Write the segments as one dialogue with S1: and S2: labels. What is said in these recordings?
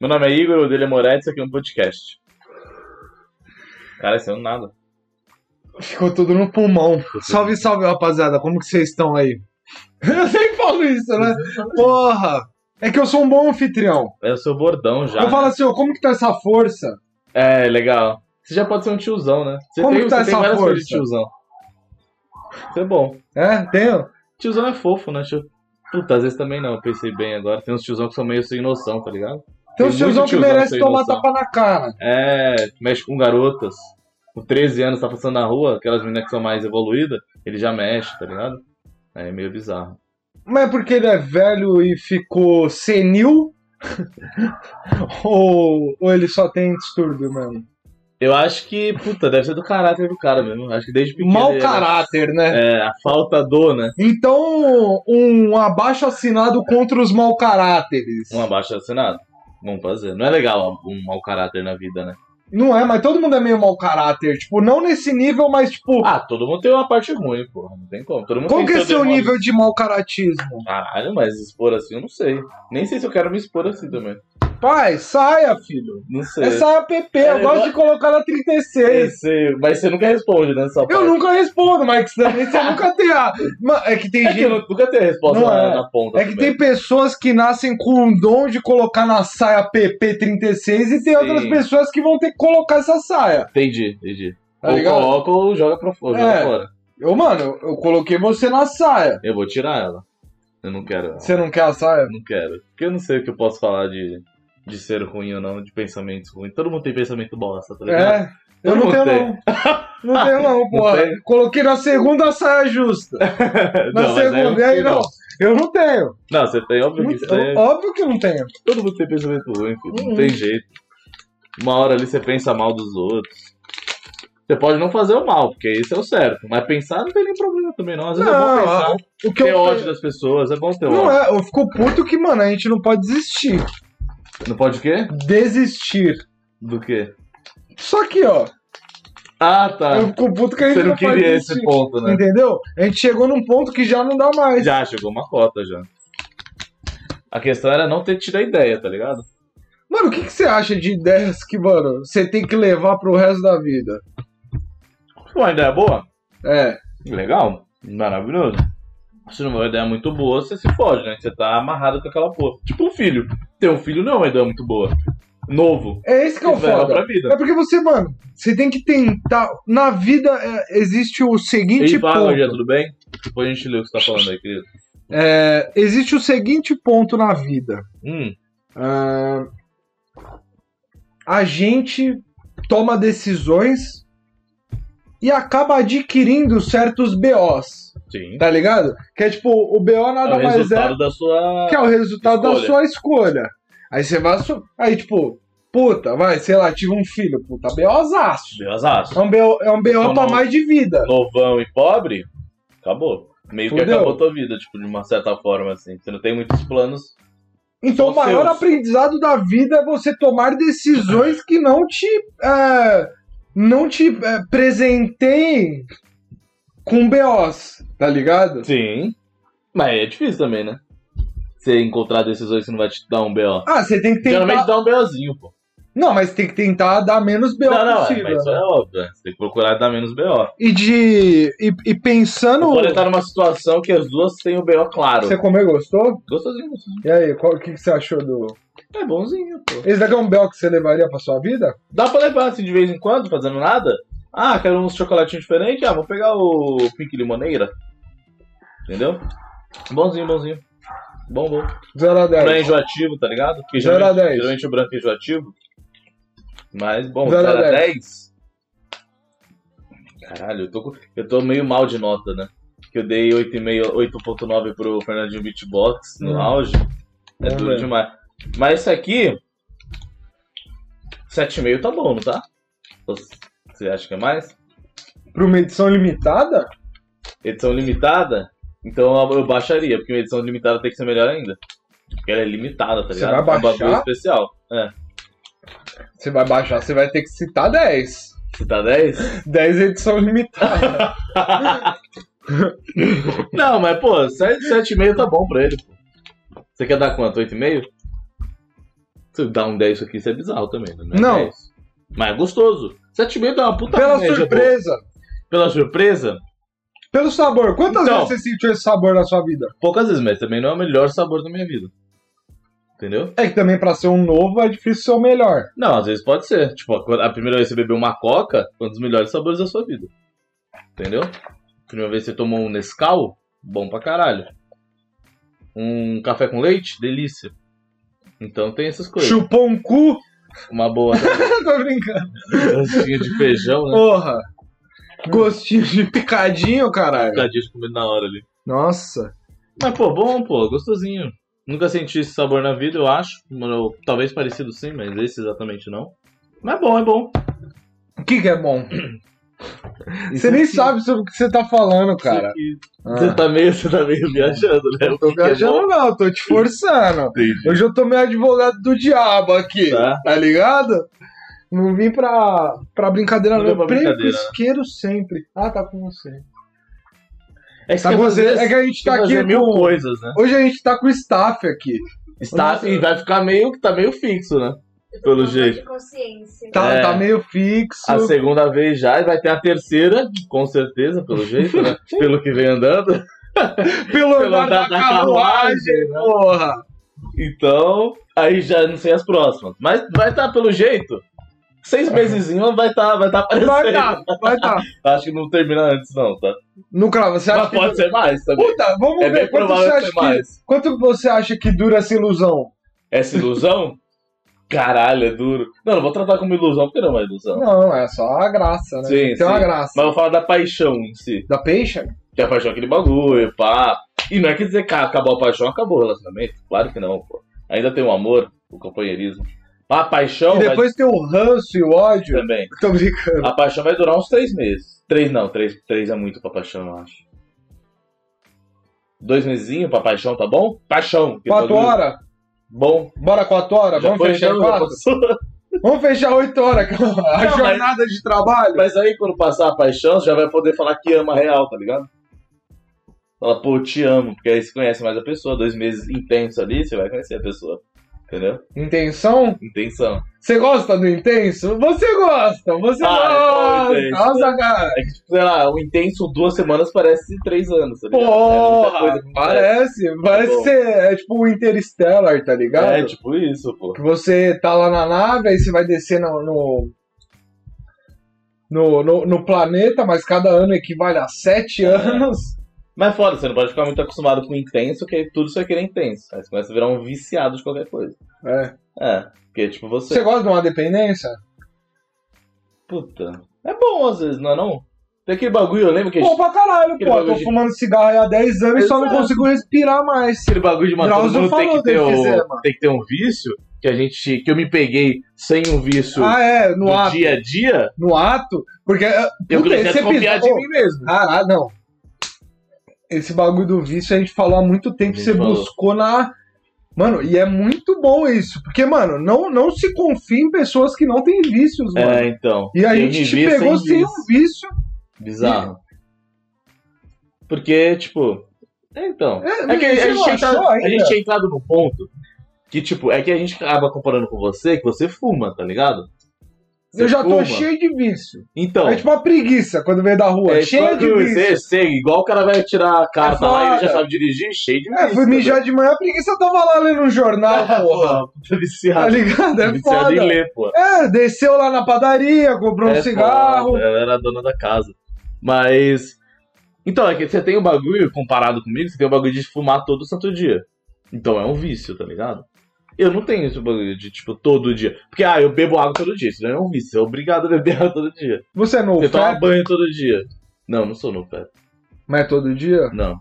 S1: Meu nome é Igor, o dele é Moretti, isso aqui é um podcast. Cara, isso é um nada.
S2: Ficou tudo no pulmão. Salve, salve, rapaziada. Como que vocês estão aí? Eu sempre falo isso, né? Porra! É que eu sou um bom anfitrião.
S1: É o seu bordão já.
S2: eu
S1: né?
S2: falo assim, ô, como que tá essa força?
S1: É, legal. Você já pode ser um tiozão, né? Você
S2: Como
S1: tem,
S2: que tá
S1: você tem
S2: essa
S1: várias coisas de
S2: força?
S1: tiozão. Isso é bom.
S2: É, tenho.
S1: Tiozão é fofo, né? Tio- Puta, às vezes também não, eu pensei bem agora. Tem uns tiozão que são meio sem noção, tá ligado?
S2: Tem
S1: Tem
S2: uns
S1: muito
S2: tiozão que
S1: tiozão
S2: merece
S1: sem
S2: tomar
S1: noção.
S2: tapa na cara.
S1: É, mexe com garotas. Com 13 anos tá passando na rua, aquelas meninas que são mais evoluídas, ele já mexe, tá ligado? É meio bizarro.
S2: Mas é porque ele é velho e ficou senil? ou, ou ele só tem distúrbio mesmo?
S1: Eu acho que, puta, deve ser do caráter do cara mesmo. Acho que desde pequeno.
S2: Mau
S1: ele era-
S2: caráter, né?
S1: É, a falta do, né?
S2: Então, um abaixo assinado contra os mau caráteres.
S1: Um abaixo assinado. Vamos fazer. Não é legal um mau caráter na vida, né?
S2: Não é, mas todo mundo é meio mau caráter. Tipo, não nesse nível, mas tipo.
S1: Ah, todo mundo tem uma parte ruim, porra. Não tem como. Todo mundo
S2: qual
S1: tem
S2: que é seu
S1: demônio.
S2: nível de mau caratismo?
S1: Caralho, mas expor assim, eu não sei. Nem sei se eu quero me expor assim também.
S2: Pai, saia, filho.
S1: Não sei.
S2: Essa é a PP, eu
S1: É,
S2: gosto
S1: igual-
S2: de colocar na
S1: Eu
S2: 36.
S1: sei, mas você nunca responde, né? Só
S2: Eu nunca respondo, Max. Também você nunca tem a. Ma- É que tem
S1: É que eu
S2: gente.
S1: nu- nunca tenho a resposta
S2: Não
S1: na,
S2: é.
S1: na ponta.
S2: É que
S1: também.
S2: tem pessoas que nascem com o dom de colocar na saia PP36 e tem outras
S1: Sim.
S2: pessoas que vão ter que colocar essa saia.
S1: Entendi, entendi.
S2: Tá
S1: ou
S2: ligado?
S1: coloca ou joga pra fora, joga
S2: É.
S1: fora.
S2: Eu, mano, eu- eu coloquei você na saia.
S1: Eu vou tirar ela. Eu não quero ela.
S2: Você não quer a saia?
S1: Eu não quero. Porque eu não sei o que eu posso falar de, de ser ruim ou não, de pensamentos ruins. Todo mundo tem pensamento bosta, tá ligado?
S2: É. Eu não tenho, não. Não tenho, não, porra.
S1: tem?
S2: Coloquei na segunda a saia justa. Na
S1: Não, mas aí eu
S2: segunda, e aí
S1: sei,
S2: não. Eu não tenho.
S1: Não, você tem, óbvio que
S2: Muito-
S1: você tem.
S2: óbvio que não tenho.
S1: Todo mundo tem pensamento ruim, filho.
S2: Uhum.
S1: Não tem jeito. Uma hora ali você pensa mal dos outros. Você pode não fazer o mal, porque isso é o certo. Mas pensar não tem nem problema também, não. Às vezes é
S2: Não,
S1: bom pensar.
S2: O que
S1: Ter
S2: eu
S1: ódio das pessoas, é bom ter
S2: Não
S1: ódio.
S2: é, eu fico puto que, mano, a gente não pode desistir. é.
S1: Não pode o quê?
S2: Desistir.
S1: Do quê?
S2: Só que, ó,
S1: Ah, tá.
S2: eu fico puto que a gente
S1: Você
S2: não,
S1: não
S2: pode
S1: queria
S2: desistir.
S1: esse ponto, né?
S2: Entendeu? A gente chegou num ponto que já não dá mais.
S1: Já, chegou uma cota já. A questão era não ter tido a ideia, tá ligado?
S2: Mano, o que, que você acha de ideias que, mano, você tem que levar pro resto da vida?
S1: Uma ideia boa?
S2: É.
S1: Legal. Maravilhoso. Se não é uma ideia muito boa, você se foge, né? Você tá amarrado com aquela porra. Tipo um filho. Ter um filho não é uma ideia muito boa. Novo.
S2: É esse que é o
S1: Vai lá
S2: foda.
S1: pra vida.
S2: É porque você, mano, você tem que tentar. Na vida é, existe o
S1: E
S2: seguinte
S1: aí, fala,
S2: ponto.
S1: Gê, tudo bem? Depois a gente lê o que você tá falando aí, querido.
S2: É, existe o seguinte ponto na vida.
S1: Hum,
S2: Ah, a gente toma decisões e acaba adquirindo certos BOs,
S1: sim.
S2: tá ligado? Que é tipo, o BO
S1: É
S2: nada
S1: o
S2: mais é
S1: resultado da sua...
S2: que é o resultado da
S1: Escolha.
S2: sua escolha. Aí você vai. assu- Aí, tipo, puta, vai, sei lá, tive um filho, puta, BOzaço.
S1: Deu azar.
S2: É um BO, é um BO pra
S1: Então, não.
S2: mais de vida.
S1: novão e pobre, acabou. Meio que
S2: Fudeu.
S1: acabou tua vida, tipo, de uma certa forma, assim. Você não tem muitos planos.
S2: Então,
S1: Só
S2: o maior
S1: seus.
S2: aprendizado da vida é você tomar decisões que não te. é, não te é, presenteiem com BOs, tá ligado?
S1: Sim. Mas é difícil também, né? Você encontrar decisões que não vai te dar um B.O.
S2: Ah, você tem que tentar.
S1: Geralmente dá um BOzinho, pô.
S2: Não, mas tem que tentar dar menos BO
S1: não, não, é,
S2: possível.
S1: mas isso é óbvio. né? Você tem que procurar dar menos B.O.
S2: E de. E, e pensando.
S1: Pode estar numa situação que as duas têm o B.O. claro.
S2: Você comeu, gostou?
S1: Gostosinho, gostosinho.
S2: E aí, qual- o que, que você achou do.
S1: É bonzinho, pô.
S2: Esse daqui é um BO que você levaria pra sua vida?
S1: Dá pra levar assim de vez em quando, fazendo nada? Ah, quero uns chocolatinhos diferentes? Ah, vou pegar o Pink Limoneira. Entendeu? Bonzinho, bonzinho. Bom, bom.
S2: 0 a
S1: Não é
S2: 10.
S1: enjoativo, tá ligado? Porque
S2: Zero
S1: geralmente,
S2: a dez.
S1: geralmente o branco é enjoativo. Mas, bom,
S2: Zero a
S1: 0 a
S2: dez.
S1: 10. Caralho, eu tô, com- eu tô meio mal de nota, né? Que eu dei 8,5, 8.9 pro Fernandinho Beatbox no
S2: Hum.
S1: auge. É
S2: Vamos
S1: duro
S2: ver.
S1: demais. Mas isso aqui. 7,5 tá bom, não tá? Você acha que é mais?
S2: Pra uma edição limitada?
S1: Edição limitada? Então eu eu baixaria, porque uma edição limitada tem que ser melhor ainda. Porque ela é limitada, tá
S2: Você
S1: ligado?
S2: vai
S1: É um bagulho
S2: baixar?
S1: especial. É.
S2: Você vai baixar, você vai ter que citar 10.
S1: Você tá 10?
S2: 10 edição limitada.
S1: Não, mas pô, 7, 7,5 tá bom pra ele, pô. Você quer dar quanto? 8,5? Se dá um 10 isso aqui, isso é bizarro também. Né? é
S2: Não.
S1: 10. Mas é gostoso. 7,5 dá uma puta
S2: Pela
S1: média, pô.
S2: surpresa,
S1: Pela surpresa,
S2: pelo sabor. Quantas
S1: Então.
S2: vezes você sentiu esse sabor na sua vida?
S1: poucas vezes, mas também não é o melhor sabor da minha vida. Entendeu?
S2: É que também pra ser um novo é difícil ser o melhor.
S1: Não, às vezes pode ser. Tipo, a- a primeira vez que você bebeu uma coca, foi um dos melhores sabores da sua vida. Entendeu? Primeira vez que você tomou um Nescau, bom pra caralho. Um café com leite, delícia. Então tem essas coisas.
S2: Chupou um cu?
S1: Uma boa
S2: Tô brincando.
S1: dancinha de feijão, né?
S2: Porra. Gostinho de picadinho, caralho.
S1: Ficar dias comendo na hora ali.
S2: Nossa.
S1: Mas, pô, bom, pô, gostosinho. Nunca senti esse sabor na vida, eu acho. Mano, Talvez parecido sim, mas esse exatamente não. Mas é bom, é bom.
S2: O que que é bom?
S1: Isso
S2: Você nem
S1: aqui-
S2: sabe sobre o que você tá falando,
S1: isso
S2: cara.
S1: aqui- Você
S2: Ah,
S1: tá meio, você tá meio viajando, né? O
S2: tô
S1: que que é bom?
S2: viajando não, tô te forçando.
S1: Entendi.
S2: Hoje eu tô meio advogado do diabo aqui,
S1: Tá.
S2: tá, ligado? Não vim pra, pra brincadeira,
S1: Não
S2: não.
S1: veio pra
S2: Eu brinco
S1: brincadeira, né?
S2: isqueiro sempre. Ah, tá com você.
S1: É que
S2: Tá
S1: quer
S2: com você.
S1: fazer-
S2: É que a gente
S1: quer
S2: tá
S1: fazer
S2: aqui
S1: mil
S2: com...
S1: coisas, né?
S2: Hoje a gente tá com o staff aqui.
S1: Está,
S2: Nossa.
S1: e vai ficar meio que tá meio fixo, né?
S3: Eu tô
S1: Pelo
S3: com falta
S1: jeito.
S3: de consciência.
S2: Tá,
S1: É.
S2: tá meio fixo.
S1: A segunda vez já, e vai ter a terceira, com certeza, pelo jeito, né? Pelo que vem andando.
S2: Pelo
S1: carruagem,
S2: andar da, carruagem,
S1: né?
S2: porra.
S1: Então, aí já não sei as próximas. Mas vai estar pelo jeito. Seis meses vai estar vai tá aparecendo.
S2: Vai dar, vai dar.
S1: Acho que não termina antes, não, tá?
S2: No cravo, você acha
S1: Mas
S2: que...
S1: pode ser mais também.
S2: Puta, vamos
S1: É bem
S2: ver quanto você,
S1: provável
S2: acha
S1: ser
S2: que...
S1: mais.
S2: quanto você acha que dura essa ilusão?
S1: Essa ilusão? Caralho, é duro. Não, não vou tratar como ilusão, porque não é ilusão.
S2: Não, é só a graça, né?
S1: Sim,
S2: Tem
S1: sim.
S2: uma graça.
S1: Mas eu vou falar da paixão em si.
S2: Da peixe?
S1: que a paixão é aquele bagulho, pá. E não é quer dizer que acabou a paixão, acabou o relacionamento. Claro que não, pô. Ainda tem o amor, o companheirismo. A paixão
S2: E depois tem o ranço e o
S1: vai...
S2: ódio.
S1: também.
S2: Tô brincando.
S1: A paixão vai durar uns três meses. Três não, três, três é muito pra paixão, eu acho. Dois mesinhos pra paixão, tá bom? Paixão. que
S2: Quatro
S1: bagulho
S2: horas? Tá
S1: Bom.
S2: Bora quatro horas?
S1: Já
S2: Vamos
S1: foi,
S2: fechar
S1: já
S2: quatro?
S1: passou.
S2: Vamos fechar oito horas, que é a
S1: Não,
S2: jornada de trabalho?
S1: Mas aí quando passar a paixão, você já vai poder falar que ama real, tá ligado? Fala, pô, eu te amo, porque aí você conhece mais a pessoa. Dois meses intenso ali, você vai conhecer a pessoa. Entendeu?
S2: Intenção?
S1: Intenção.
S2: Você gosta do intenso? Você gosta, você
S1: Ah, é
S2: gosta.
S1: intenso,
S2: Nossa, cara.
S1: É que, tipo, sei lá, o intenso duas semanas parece três anos, tá ligado? É muita
S2: Porra,
S1: coisa que
S2: parece. Parece
S1: bom.
S2: ser é tipo o Interstellar, tá ligado?
S1: É, tipo isso, pô.
S2: Que você tá lá na nave, aí você vai descer no. no... No, no- no planeta, mas cada ano equivale a
S1: É.
S2: sete anos.
S1: Mas foda, você não pode ficar muito acostumado com intenso, que aí tudo você vai querer intenso. Aí você começa a virar um viciado de qualquer coisa.
S2: É.
S1: É, porque, tipo, você...
S2: Você gosta de uma dependência?
S1: Puta, é bom às vezes, não é não? Tem aquele bagulho, eu lembro que...
S2: Pô, pra caralho,
S1: Aquele
S2: pô.
S1: bagulho
S2: Tô
S1: de-
S2: fumando cigarro aí há 10 anos e só não
S1: Exato.
S2: consigo respirar mais.
S1: Aquele bagulho de matar todo
S2: Drauzio
S1: mundo tem que,
S2: falou
S1: ter
S2: desse
S1: o...
S2: Zema.
S1: tem que ter um vício, que a gente... que eu me peguei sem um vício
S2: Ah, é, no
S1: no
S2: ato.
S1: dia a dia,
S2: No ato? Porque. é,
S1: eu
S2: puta,
S1: comecei a
S2: esse
S1: desconfiar de
S2: episódio-
S1: mim mesmo.
S2: Caralho, não. Esse bagulho do vício a gente falou há muito tempo,
S1: A gente
S2: você
S1: falou.
S2: buscou na. Mano, e é muito bom isso. Porque, mano, não, não se confia em pessoas que não têm vícios, mano.
S1: É, então.
S2: E a
S1: Eu
S2: gente
S1: me
S2: te
S1: vi
S2: pegou
S1: sem
S2: sem
S1: vício.
S2: um vício.
S1: Bizarro. Porque, tipo. é, Então.
S2: É,
S1: É,
S2: mas
S1: que a,
S2: você
S1: gente
S2: não
S1: tinha
S2: achou
S1: entrado, a
S2: ainda?
S1: gente tinha entrado no ponto que, tipo, é que a gente acaba comparando com você, que você fuma, tá ligado? Você
S2: Eu já
S1: fuma.
S2: tô cheio de vício.
S1: Então.
S2: É tipo uma preguiça quando vem da rua.
S1: é
S2: cheio
S1: quando
S2: de vício.
S1: você, você- igual o cara vai tirar a carta
S2: É
S1: lá e ele já
S2: foda.
S1: sabe dirigir, cheio de
S2: É, fui mijar de manhã, a preguiça tava lá lendo um jornal, porra.
S1: Tá
S2: Tá
S1: viciado.
S2: ligado?
S1: Tá
S2: É
S1: viciado em
S2: foda.
S1: ler, pô.
S2: É, desceu lá na padaria, comprou um
S1: É,
S2: cigarro.
S1: foda, Ela era a dona da casa. Mas. Então, é que você tem o bagulho, comparado comigo, você tem o bagulho de fumar todo santo dia. Então é um vício, tá ligado? Eu não tenho esse bagulho de, tipo, todo dia. Porque, ah, eu bebo água todo dia. Isso não é um vício. É obrigado a beber água todo dia.
S2: Você é novo,
S1: Você toma
S2: né?
S1: banho todo dia. Não, não sou no pé.
S2: Mas é todo dia?
S1: Não.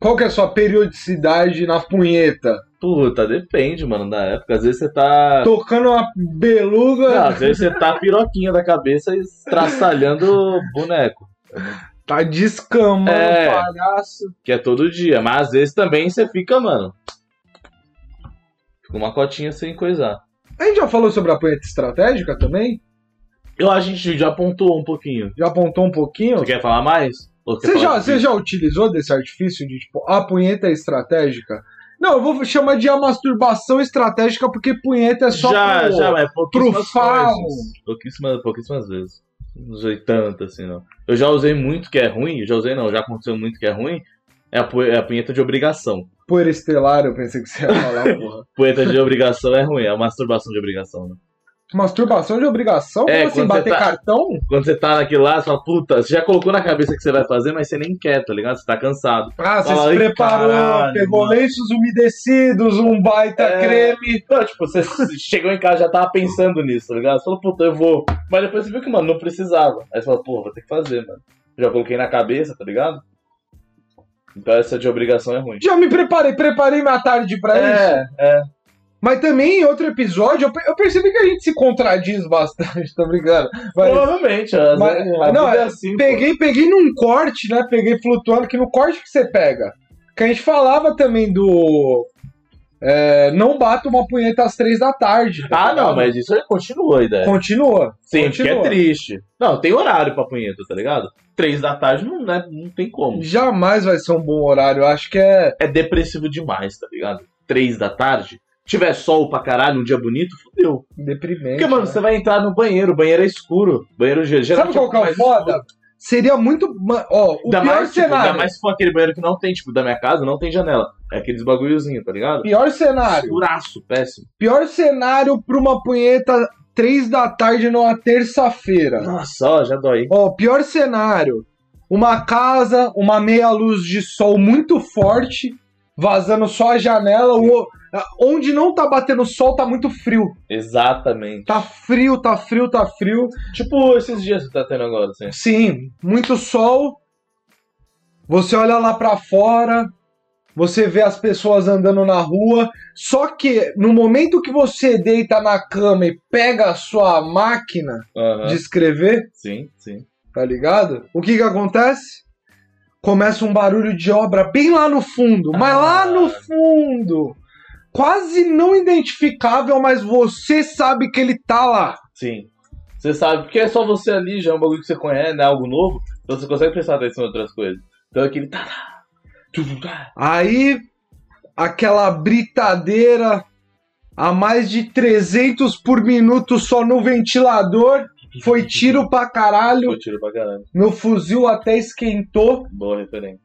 S2: Qual que é a sua periodicidade na punheta?
S1: Puta, depende, mano, da época. Às vezes você tá.
S2: Tocando uma
S1: Não,
S2: beluga?
S1: às vezes você tá piroquinha da cabeça e traçalhando o boneco.
S2: Tá descamando,
S1: É.
S2: palhaço.
S1: Que é todo dia. Mas às vezes também você fica, mano. Fica uma cotinha sem coisar.
S2: A gente já falou sobre a punheta estratégica também?
S1: Eu acho que a gente já apontou um pouquinho.
S2: Já apontou um pouquinho?
S1: Você quer falar mais? Ou quer
S2: Você
S1: falar
S2: já,
S1: de-
S2: você já utilizou desse artifício de tipo, a punheta estratégica? Não, eu vou chamar de a masturbação estratégica porque punheta é só
S1: já,
S2: pro-
S1: já, mas pouquíssimas
S2: pro falo.
S1: vezes. Pouquíssimas, pouquíssimas vezes. Não usei tanto assim, não. Eu já usei muito que é ruim, já usei não, já aconteceu muito que é ruim. É a, pu- é a punheta de obrigação.
S2: Poeira estelar, eu pensei que você ia falar, porra.
S1: Punheta de obrigação é ruim, é a masturbação de obrigação, né?
S2: Masturbação de obrigação?
S1: É,
S2: Como assim,
S1: quando você
S2: bater
S1: tá-
S2: cartão?
S1: Quando você tá naquilo lá, você fala, puta, você já colocou na cabeça que você vai fazer, mas você nem quer, tá ligado? Você tá cansado.
S2: Ah, você
S1: Ai,
S2: se preparou,
S1: caralho,
S2: pegou
S1: mano.
S2: lenços umedecidos, um baita
S1: É.
S2: creme.
S1: Não, tipo, você chegou em casa já tava pensando nisso, tá ligado? Você falou, puta, eu vou. Mas depois você viu que, mano, não precisava. Aí você falou, pô, vou ter que fazer, mano. Já coloquei na cabeça, tá ligado? Então essa de obrigação é ruim.
S2: Já me preparei, preparei minha tarde pra isso.
S1: É, é.
S2: Mas também em outro episódio, eu pe- eu percebi que a gente se contradiz bastante, tá brincando? Mas
S1: Provavelmente. às
S2: Mas-
S1: vezes, a
S2: não,
S1: vida é
S2: é-
S1: assim. pô.
S2: peguei, peguei num corte, né? Peguei flutuando, que no corte que você pega. Que a gente falava também do. é, não bata uma punheta às três da tarde. tá
S1: Ah, não,
S2: ligado?
S1: mas isso aí continua a ideia.
S2: Continua.
S1: Sim, porque
S2: continua.
S1: é triste. Não, tem horário pra punheta, tá ligado? Três da tarde não, né, não tem como.
S2: Jamais vai ser um bom horário. Eu acho que é.
S1: É depressivo demais, tá ligado? Três da tarde. Tiver sol pra caralho, um dia bonito, fudeu.
S2: Deprimente.
S1: Porque, mano,
S2: né?
S1: você vai entrar no banheiro, o banheiro é escuro. Banheiro ge-
S2: Sabe
S1: geralmente
S2: qual que é o
S1: mais
S2: foda?
S1: escuro.
S2: Seria muito. ma- Ó, o
S1: Ainda
S2: pior
S1: mais, tipo,
S2: cenário.
S1: ainda mais se for aquele banheiro que não tem, tipo, da minha casa, não tem janela. É aqueles bagulhozinho, tá ligado?
S2: Pior cenário.
S1: Escuraço, péssimo.
S2: Pior cenário pra uma punheta três da tarde numa terça-feira.
S1: Nossa, ó, já dói.
S2: Ó, pior cenário. Uma casa, uma meia luz de sol muito forte, vazando só a janela. o- onde não tá batendo sol, tá muito frio.
S1: Exatamente.
S2: Tá frio, tá frio, tá frio.
S1: Tipo, esses dias que tá tendo agora, assim.
S2: Sim, muito sol. Você olha lá pra fora, você vê as pessoas andando na rua. Só que no momento que você deita na cama e pega a sua máquina
S1: Aham.
S2: de escrever,
S1: Sim, sim.
S2: tá ligado? O que que acontece? Começa um barulho de obra bem lá no fundo, mas
S1: Ah.
S2: lá no fundo, quase não identificável, mas você sabe que ele tá lá.
S1: Sim. Você sabe, porque é só você ali, já é um bagulho que você conhece, né? Algo novo. Então você consegue prestar atenção em outras coisas. Então é aquele. tá, tá, tu, tu, tá.
S2: Aí, aquela britadeira a mais de 300 por minuto só no ventilador. Foi tiro pra caralho.
S1: Pô, tiro pra caramba.
S2: Meu fuzil até esquentou.
S1: Boa referência.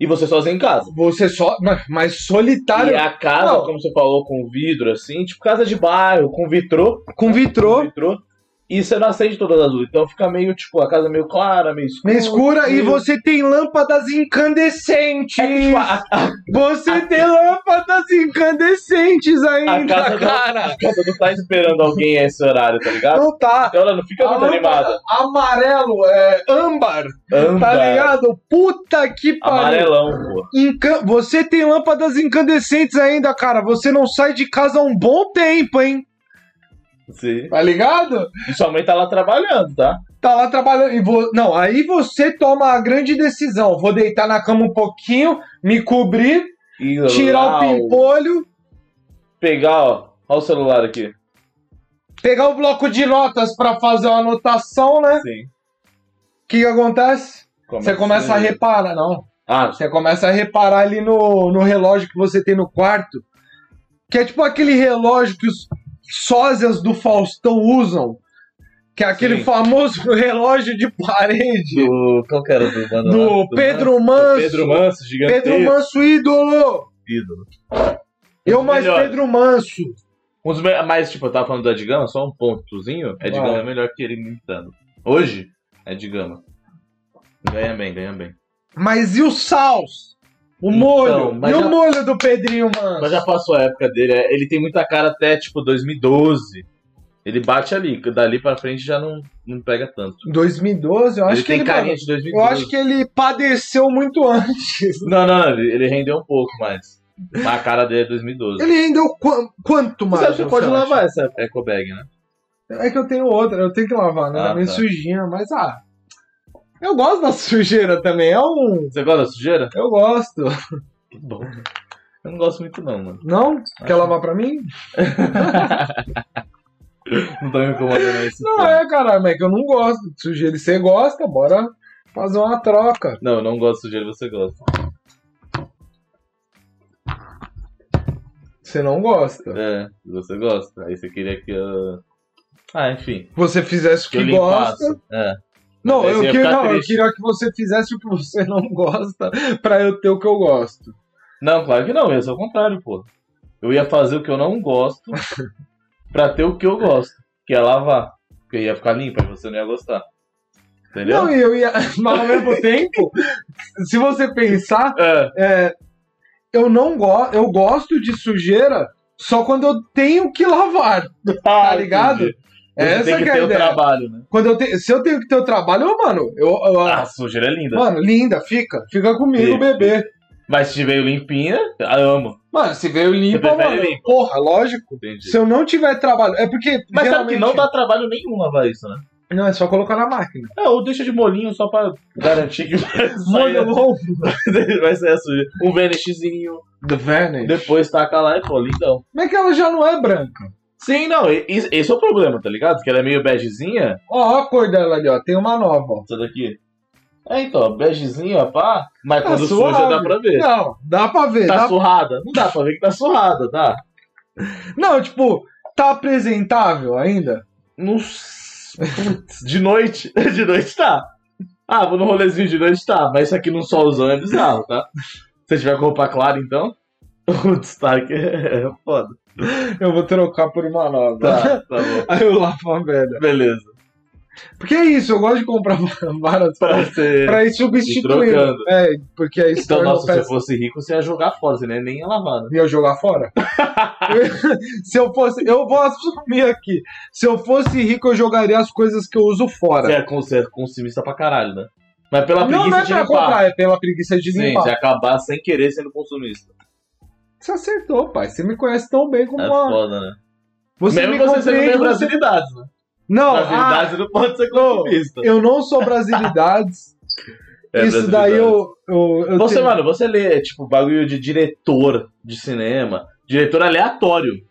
S1: E você sozinho em casa.
S2: Você só. Mas, mas
S1: E
S2: solitário.
S1: a casa,
S2: Não.
S1: como você falou, com vidro, assim, tipo casa de bairro, com vitrô.
S2: Com
S1: com
S2: vitrô.
S1: vitrô. E você não acende todas as luzes. Então fica meio, tipo, a casa meio clara, meio escura. Tipo,
S2: Meio escura e
S1: Meio-
S2: você tem lâmpadas incandescentes.
S1: É que, tipo, a, a-
S2: Você tem lâmpadas incandescentes
S1: a
S2: ainda,
S1: casa
S2: cara.
S1: Não, a casa não tá esperando alguém a esse horário, tá ligado?
S2: Não tá.
S1: Então ela não fica
S2: A
S1: muito animada.
S2: lâmpada amarelo, é âmbar. Tá
S1: Âmbar.
S2: ligado? Puta que pariu.
S1: Amarelão, pô.
S2: Encan- Você tem lâmpadas incandescentes ainda, cara. Você não sai de casa há um bom tempo, hein?
S1: Sim.
S2: Tá ligado?
S1: E sua mãe tá lá trabalhando, tá?
S2: Tá lá trabalhando. E vo- Não, aí você toma a grande decisão. Vou deitar na cama um pouquinho, me cobrir,
S1: E
S2: tirar
S1: lá,
S2: o pimpolho,
S1: Pegar, ó. Ó o celular aqui.
S2: pegar o bloco de notas pra fazer uma anotação, né?
S1: Sim.
S2: O que, que acontece? Você começa a reparar, não.
S1: Ah,
S2: Você começa a reparar ali no, no relógio que você tem no quarto. Que é tipo aquele relógio que os sósias do Faustão usam. Que é aquele
S1: Sim.
S2: famoso relógio de parede
S1: do... Qual que era do... mano
S2: do,
S1: lá? Do
S2: Pedro
S1: Manso.
S2: Manso.
S1: Pedro Manso, é gigantesco.
S2: Pedro Manso ídolo!
S1: Pedro
S2: Eu mais
S1: Melhor.
S2: Pedro Manso.
S1: Um dos me- mas, tipo, eu tava falando do Edgama, só um pontozinho. Edgama
S2: Ah.
S1: é melhor que ele imitando. Hoje, Edgama. Ganha bem, ganha bem.
S2: Mas e o Saus? O molho.
S1: Então, mas
S2: e
S1: já-
S2: o molho do Pedrinho
S1: Mas
S2: Manso?
S1: já passou a época dele. é, Ele tem muita cara até, tipo, 2012. Ele bate ali, que dali pra frente já não, não pega tanto.
S2: 2012, eu acho
S1: ele
S2: que
S1: tem
S2: ele.
S1: carinha de
S2: Eu
S1: 2012.
S2: acho que ele padeceu muito antes.
S1: Não, não, não, ele, ele rendeu um pouco mais. Mas a cara dele é 2012.
S2: Ele rendeu quan- quanto mais?
S1: Mas você pode
S2: acha?
S1: lavar essa ecobag, né?
S2: É que eu tenho outra, eu tenho que lavar, né?
S1: Ah,
S2: Tá meio
S1: tá.
S2: sujinha, mas ah. Eu gosto da sujeira também, é um.
S1: Você gosta da sujeira?
S2: Eu gosto.
S1: Que bom. Eu não gosto muito, não, mano.
S2: Não? Quer lavar pra mim?
S1: Não tô me incomodando esse
S2: Não é, caralho, mas é que eu não gosto de sujeira. E você gosta, bora fazer uma troca.
S1: Não, eu não gosto de sujeira, você gosta.
S2: Você não gosta.
S1: É, você gosta. Aí você queria que eu. Ah, enfim.
S2: Você fizesse o
S1: Que eu
S2: que gosta.
S1: limpasse. É.
S2: Não,
S1: Mas
S2: eu,
S1: aí ia
S2: que-
S1: ficar
S2: não, eu
S1: triste.
S2: queria que você fizesse o que você não gosta pra eu ter o que eu gosto.
S1: Não, claro que não, ia ser o contrário, pô. Eu ia fazer o que eu não gosto pra ter o que eu gosto, que é lavar. Porque ia ficar limpa e você não ia gostar. Entendeu?
S2: Não, e eu ia. Mas ao mesmo tempo, se você pensar,
S1: É,
S2: é, eu não gosto. Eu gosto de sujeira só quando eu tenho que lavar.
S1: tá
S2: ligado?
S1: entendi. Você
S2: Essa
S1: tem que,
S2: que é a
S1: ter o
S2: ideia.
S1: trabalho, né?
S2: Quando eu te- se eu tenho que ter o trabalho, eu, mano, eu. eu-
S1: Ah, a sujeira é linda.
S2: Mano, linda, fica. Fica comigo,
S1: Sim.
S2: bebê.
S1: Mas se veio limpinha, eu amo.
S2: Mano, se veio limpa,
S1: Você prefere
S2: mano.
S1: limpa?
S2: Porra, lógico.
S1: Entendi.
S2: Se eu não tiver trabalho. É porque.
S1: Mas sabe
S2: geralmente...
S1: que não dá trabalho nenhum lavar isso, né?
S2: Não, é só colocar na máquina.
S1: É, ou deixa de molinho só pra garantir que vai sair, né?
S2: Molho bom.
S1: vai sair a sujeira. Um vernixzinho,
S2: The Vanish.
S1: depois taca lá e pô, lindão.
S2: Como é que ela já não é branca?
S1: Sim, não, e- e- esse é o problema, tá ligado? Que ela é meio begezinha,
S2: Ó, ó a cor dela ali, ó. Tem uma nova, ó.
S1: essa daqui. É, então, begezinha, pá, mas
S2: Tá
S1: quando suja
S2: suave.
S1: dá pra ver.
S2: Não, dá pra ver.
S1: tá
S2: dá-
S1: surrada? Não dá pra ver que tá surrada, tá?
S2: Não, tipo, tá apresentável ainda?
S1: Não s- Putz, de noite, de noite tá. Ah, vou no rolezinho de noite tá, mas isso aqui num solzão é bizarro, tá? Se você tiver com roupa clara, então, o destaque é foda.
S2: Eu vou trocar por uma nova.
S1: Tá, tá bom.
S2: Aí eu lavo a velha.
S1: Beleza.
S2: Porque é isso, eu gosto de comprar várias
S1: Pra ser.
S2: pra ir
S1: E
S2: substituindo.
S1: trocando.
S2: É, porque aí se
S1: Então,
S2: torna
S1: nossa, se eu
S2: péssimo.
S1: fosse rico, você ia jogar fora, você não ia nem ia lavar, né?
S2: Ia jogar fora? Eu- se eu fosse. Eu vou assumir aqui. Se eu fosse rico, eu jogaria as coisas que eu uso fora.
S1: Você é, con- você é consumista pra caralho, né? Mas pela
S2: Não,
S1: preguiça
S2: não é
S1: de
S2: pra
S1: limpar.
S2: comprar, é pela preguiça de
S1: Sim,
S2: limpar.
S1: você acabar sem querer sendo consumista.
S2: Você acertou, pai. Você me conhece tão bem como
S1: É
S2: uma-
S1: foda, né?
S2: Você
S1: Mesmo
S2: me
S1: você sendo
S2: compreende,
S1: meio
S2: você-
S1: brasilidades, né?
S2: Não, ah,
S1: brasilidades não pode ser consumista.
S2: eu não sou brasilidades.
S1: É,
S2: Isso daí eu. eu, eu
S1: Você, é
S2: tenho-
S1: mano, você lê, tipo, bagulho de diretor de cinema, diretor aleatório.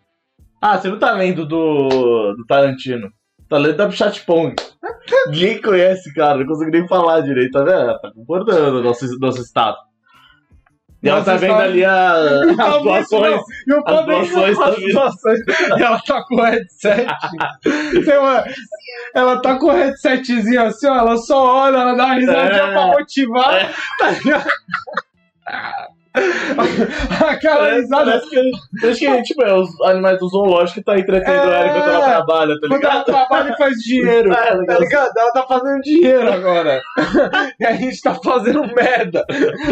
S1: Ah, você não tá lendo do, do Tarantino. Tá lendo da Chat Pong. Ninguém conhece, cara. Não consigo nem falar direito, tá vendo? Tá concordando nosso, nosso status. E ela
S2: Nosso
S1: tá vendo
S2: status.
S1: ali a,
S2: Não
S1: as
S2: tá muito,
S1: doações.
S2: não. E o
S1: As doações
S2: padrinho- as
S1: também.
S2: doações. E ela tá com o headset. Tem uma- Ela tá com o headsetzinho assim, ó. Ela só olha, ela dá uma risadinha
S1: É.
S2: pra motivar.
S1: É.
S2: Tá ligado? Aquela
S1: Parece,
S2: risada.
S1: É, parece tá que, parece que, tipo, é os animais do zoológico que tá entretendo ela enquanto ela
S2: É.
S1: trabalha, tá
S2: Quando ela
S1: ligado?
S2: trabalha e faz dinheiro.
S1: É, legal.
S2: Tá ligado? Ela tá fazendo dinheiro agora. e a gente tá fazendo merda.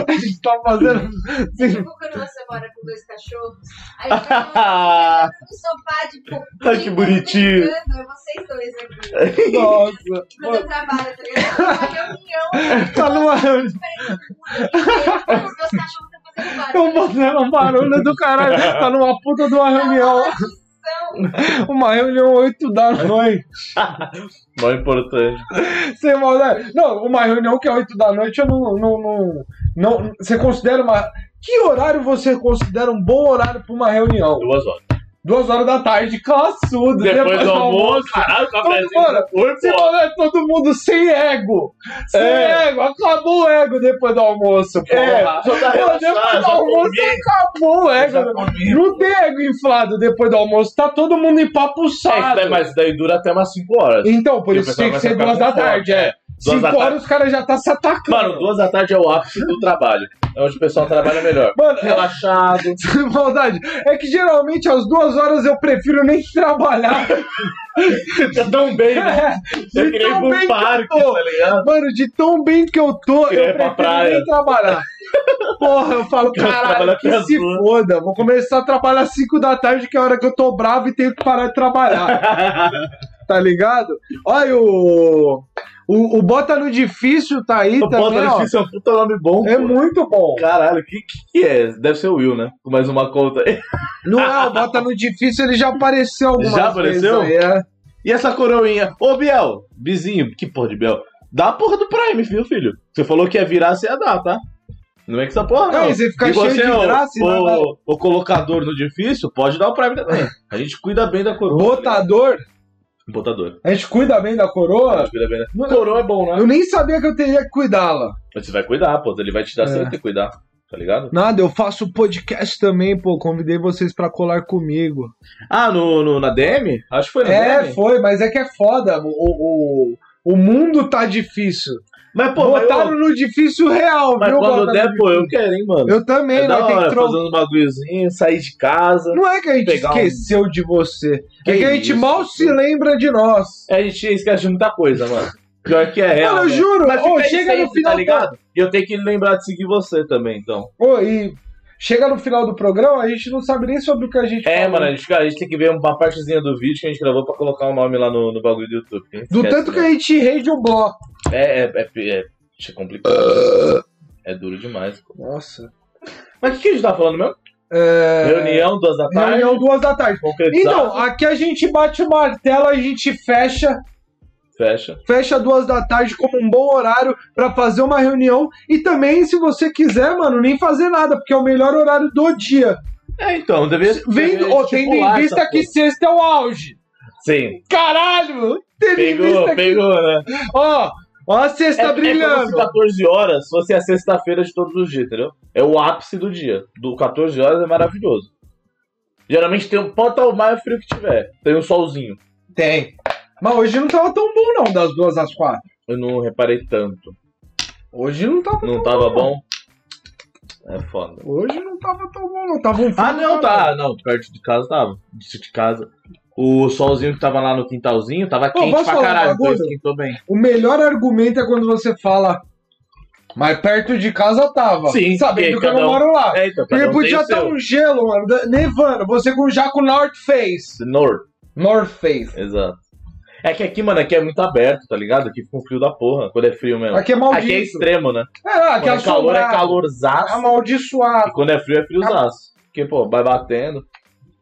S2: A gente tá fazendo.
S3: Tipo quando você mora com dois cachorros, aí fica no um sofá de pouco.
S1: Ai, Tá que bonitinho.
S3: É vocês dois aqui.
S2: Nossa.
S3: Quando eu trabalho, tá ligado? É uma reunião.
S2: Tá numa reunião.
S1: É
S3: Os meus cachorros estão fazendo
S2: Estão
S3: barulho.
S2: fazendo um barulho do caralho. Tá numa puta de uma reunião.
S3: São
S2: Uma reunião 8 da noite.
S1: Não é importante.
S2: Sem maldade. Não, uma reunião que é 8 da noite eu não. não, não, não- você considera uma. Que horário você considera um bom horário pra uma reunião?
S1: Duas horas.
S2: Duas horas da tarde, classudo.
S1: Depois do almoço,
S2: ah,
S1: caralho,
S2: tá
S1: cafezinho.
S2: Mano,
S1: Oi,
S2: Sem
S1: pô.
S2: maldade, é todo mundo sem ego. Sem
S1: É.
S2: ego. Acabou o ego depois do almoço, porra.
S1: É, só tá
S2: Pô,
S1: relaxado,
S2: depois do
S1: já
S2: almoço
S1: comi,
S2: acabou o ego.
S1: já comi.
S2: Não tem ego inflado depois do almoço, tá todo mundo
S1: É, isso
S2: empapuçado.
S1: daí, mas isso daí dura até umas 5 horas.
S2: Então, por
S1: E o
S2: isso
S1: pessoal
S2: tem
S1: vai
S2: que ser
S1: ficar
S2: duas
S1: com
S2: da
S1: fome.
S2: tarde, é.
S1: Duas
S2: Cinco
S1: da tarde.
S2: horas os caras já tá se atacando.
S1: Mano, duas da tarde é o ápice do trabalho. É onde o pessoal trabalha melhor.
S2: Mano,
S1: Relaxado.
S2: sem maldade, é que geralmente às duas horas eu prefiro nem trabalhar.
S1: Fica tão bem, né?
S2: É,
S1: Eu
S2: de
S1: queria ir
S2: tão
S1: pro
S2: bem
S1: parque,
S2: que eu tô.
S1: tá ligado?
S2: Mano, de tão bem que eu tô,
S1: Queria
S2: eu
S1: ir É, pra
S2: prefiro
S1: praia.
S2: nem trabalhar. Porra, eu falo,
S1: Quero trabalhar
S2: caralho, que
S1: até as
S2: se
S1: duas.
S2: foda. Vou começar a trabalhar às cinco da tarde, que é a hora que eu tô bravo e tenho que parar de trabalhar. tá ligado? Olha o. O, o Bota no Difícil tá aí
S1: O
S2: também,
S1: Bota
S2: ó.
S1: Difícil é um puta nome bom.
S2: É
S1: pô.
S2: muito bom.
S1: Caralho, que que que é? Deve ser o Will, né? Com mais uma conta aí.
S2: Não é o Bota no Difícil, ele já apareceu algumas
S1: Já apareceu?
S2: vezes aí, é.
S1: E essa coroinha? Ô, Biel, vizinho, que porra de Biel? Dá a porra do Prime, viu, filho? Você falou que ia virar, você ia dar, tá? Não é que essa porra, não.
S2: Não, e você fica
S1: E
S2: cheio
S1: você,
S2: de
S1: ô,
S2: graça e
S1: ô,
S2: nada-
S1: o colocador no difícil, pode dar o Prime também. A gente cuida bem da coroa.
S2: Botador,
S1: Botador.
S2: a gente cuida bem da
S1: A
S2: coroa.
S1: gente cuida bem da... Coroa é bom, né?
S2: Eu nem sabia que eu teria que cuidá-la.
S1: Mas Você vai cuidar, pô. Ele vai te dar,
S2: É.
S1: você vai ter que cuidar. tá ligado?
S2: Nada, eu faço podcast também, pô. Convidei vocês pra colar comigo.
S1: Ah, no, no- na DM? Acho que foi na
S2: É,
S1: DM.
S2: foi, mas é que é foda. O, o, o mundo tá difícil.
S1: Mas, pô, mas,
S2: Botaram
S1: eu-
S2: no difícil real,
S1: mas
S2: viu,
S1: quando
S2: Botaram
S1: der,
S2: no
S1: pô, eu
S2: difícil.
S1: quero, hein, mano.
S2: Eu também,
S1: é
S2: nós
S1: da
S2: tem
S1: hora,
S2: que trocar.
S1: fazendo um bagulhozinho, sair de casa.
S2: Não é que a gente
S1: pegar um-
S2: esqueceu de você. é
S1: Que
S2: que a gente
S1: isso,
S2: mal
S1: pô.
S2: se lembra de nós.
S1: A gente esquece de muita coisa, mano. Pior que é real.
S2: Mano, eu
S1: né?
S2: juro,
S1: Mas
S2: ô,
S1: fica aí
S2: chega
S1: sempre,
S2: no final
S1: tá
S2: do-
S1: ligado? E eu tenho que lembrar de seguir você também, então.
S2: Ô, e chega no final do programa, a gente não sabe nem sobre o que a gente
S1: É,
S2: falou.
S1: mano, a gente, a gente tem que ver uma partezinha do vídeo que a gente gravou pra colocar o nome lá no, no bagulho do YouTube. que a gente
S2: Do
S1: esquece,
S2: tanto que
S1: né?
S2: a gente rei de um bloco.
S1: É, é, é, é, é complicado. É duro demais, pô.
S2: Nossa.
S1: Mas o que, que a gente tá falando mesmo?
S2: É...
S1: Reunião, duas da tarde.
S2: Reunião duas da tarde.
S1: Concretizar,
S2: Então, aqui a gente bate o martelo, a gente fecha,
S1: fecha.
S2: fecha duas da tarde como um bom horário pra fazer uma reunião. E também, se você quiser, mano, nem fazer nada, porque é o melhor horário do dia.
S1: É, então, deveria.
S2: Vendo,
S1: deveria
S2: ou tendo em
S1: estipular
S2: vista
S1: tipo, essa
S2: que
S1: porra.
S2: sexta é o auge.
S1: Sim,
S2: Caralho! Tendo em
S1: pegou,
S2: vista que.
S1: pegou, né?
S2: Ó, ó, a sexta
S1: é, É como
S2: tá brilhando.
S1: se 14 horas fosse a sexta-feira de todos os dias, entendeu? É o ápice do dia. Do 14 horas é maravilhoso. Geralmente tem um pode estar o mais frio que tiver. Tem um solzinho.
S2: Tem. Mas hoje não tava tão bom, não, das duas às quatro.
S1: Eu não reparei tanto.
S2: Hoje não tava
S1: Não
S2: tão
S1: tava
S2: bom.
S1: bom? É foda.
S2: Hoje não tava tão bom, não. Tava um
S1: Ah, não, tá. Não, perto de casa tava. Disse de casa. O solzinho que tava lá no quintalzinho tava
S2: Pô,
S1: quente
S2: posso
S1: pra
S2: falar um
S1: caralho. Então
S2: bagulho?
S1: esquentou bem.
S2: O melhor argumento é quando você fala, mas perto de casa tava.
S1: Sim,
S2: sabendo
S1: porque
S2: que eu
S1: cada
S2: não
S1: um-
S2: moro lá.
S1: É, então,
S2: Porque
S1: cada um
S2: podia
S1: tem
S2: estar
S1: o
S2: um gelo, mano, da- nevando. Você com já com North Face.
S1: seu. North.
S2: North Face.
S1: Exato. É que aqui, mano, aqui é muito aberto, tá ligado? Aqui fica um frio da porra, quando é frio mesmo. Aqui,
S2: Aqui é maldito.
S1: é extremo, né?
S2: É, lá,
S1: Quando é
S2: aqui
S1: calor é
S2: assombrado,
S1: calorzaço.
S2: Amaldiçoado.
S1: E quando é frio é friozaço. Porque, pô, vai batendo.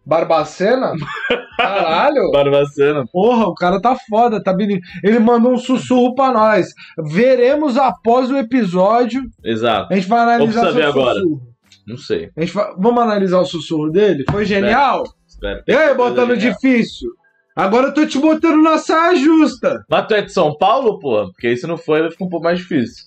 S2: Barbacena? Caralho.
S1: Barbacena.
S2: Porra, o cara tá foda, tá menino. Ele mandou um sussurro pra nós. Veremos após o episódio.
S1: Exato.
S2: A gente vai analisar
S1: Vamos saber
S2: seu
S1: agora.
S2: sussurro.
S1: Não sei.
S2: A gente vai... Vamos analisar o sussurro dele? Foi genial?
S1: Espera.
S2: E aí, botando
S1: Genial.
S2: difícil? Agora eu tô te botando na saia justa.
S1: Mas tu é de São Paulo, porra? Porque aí se não for, aí fica um pouco mais difícil.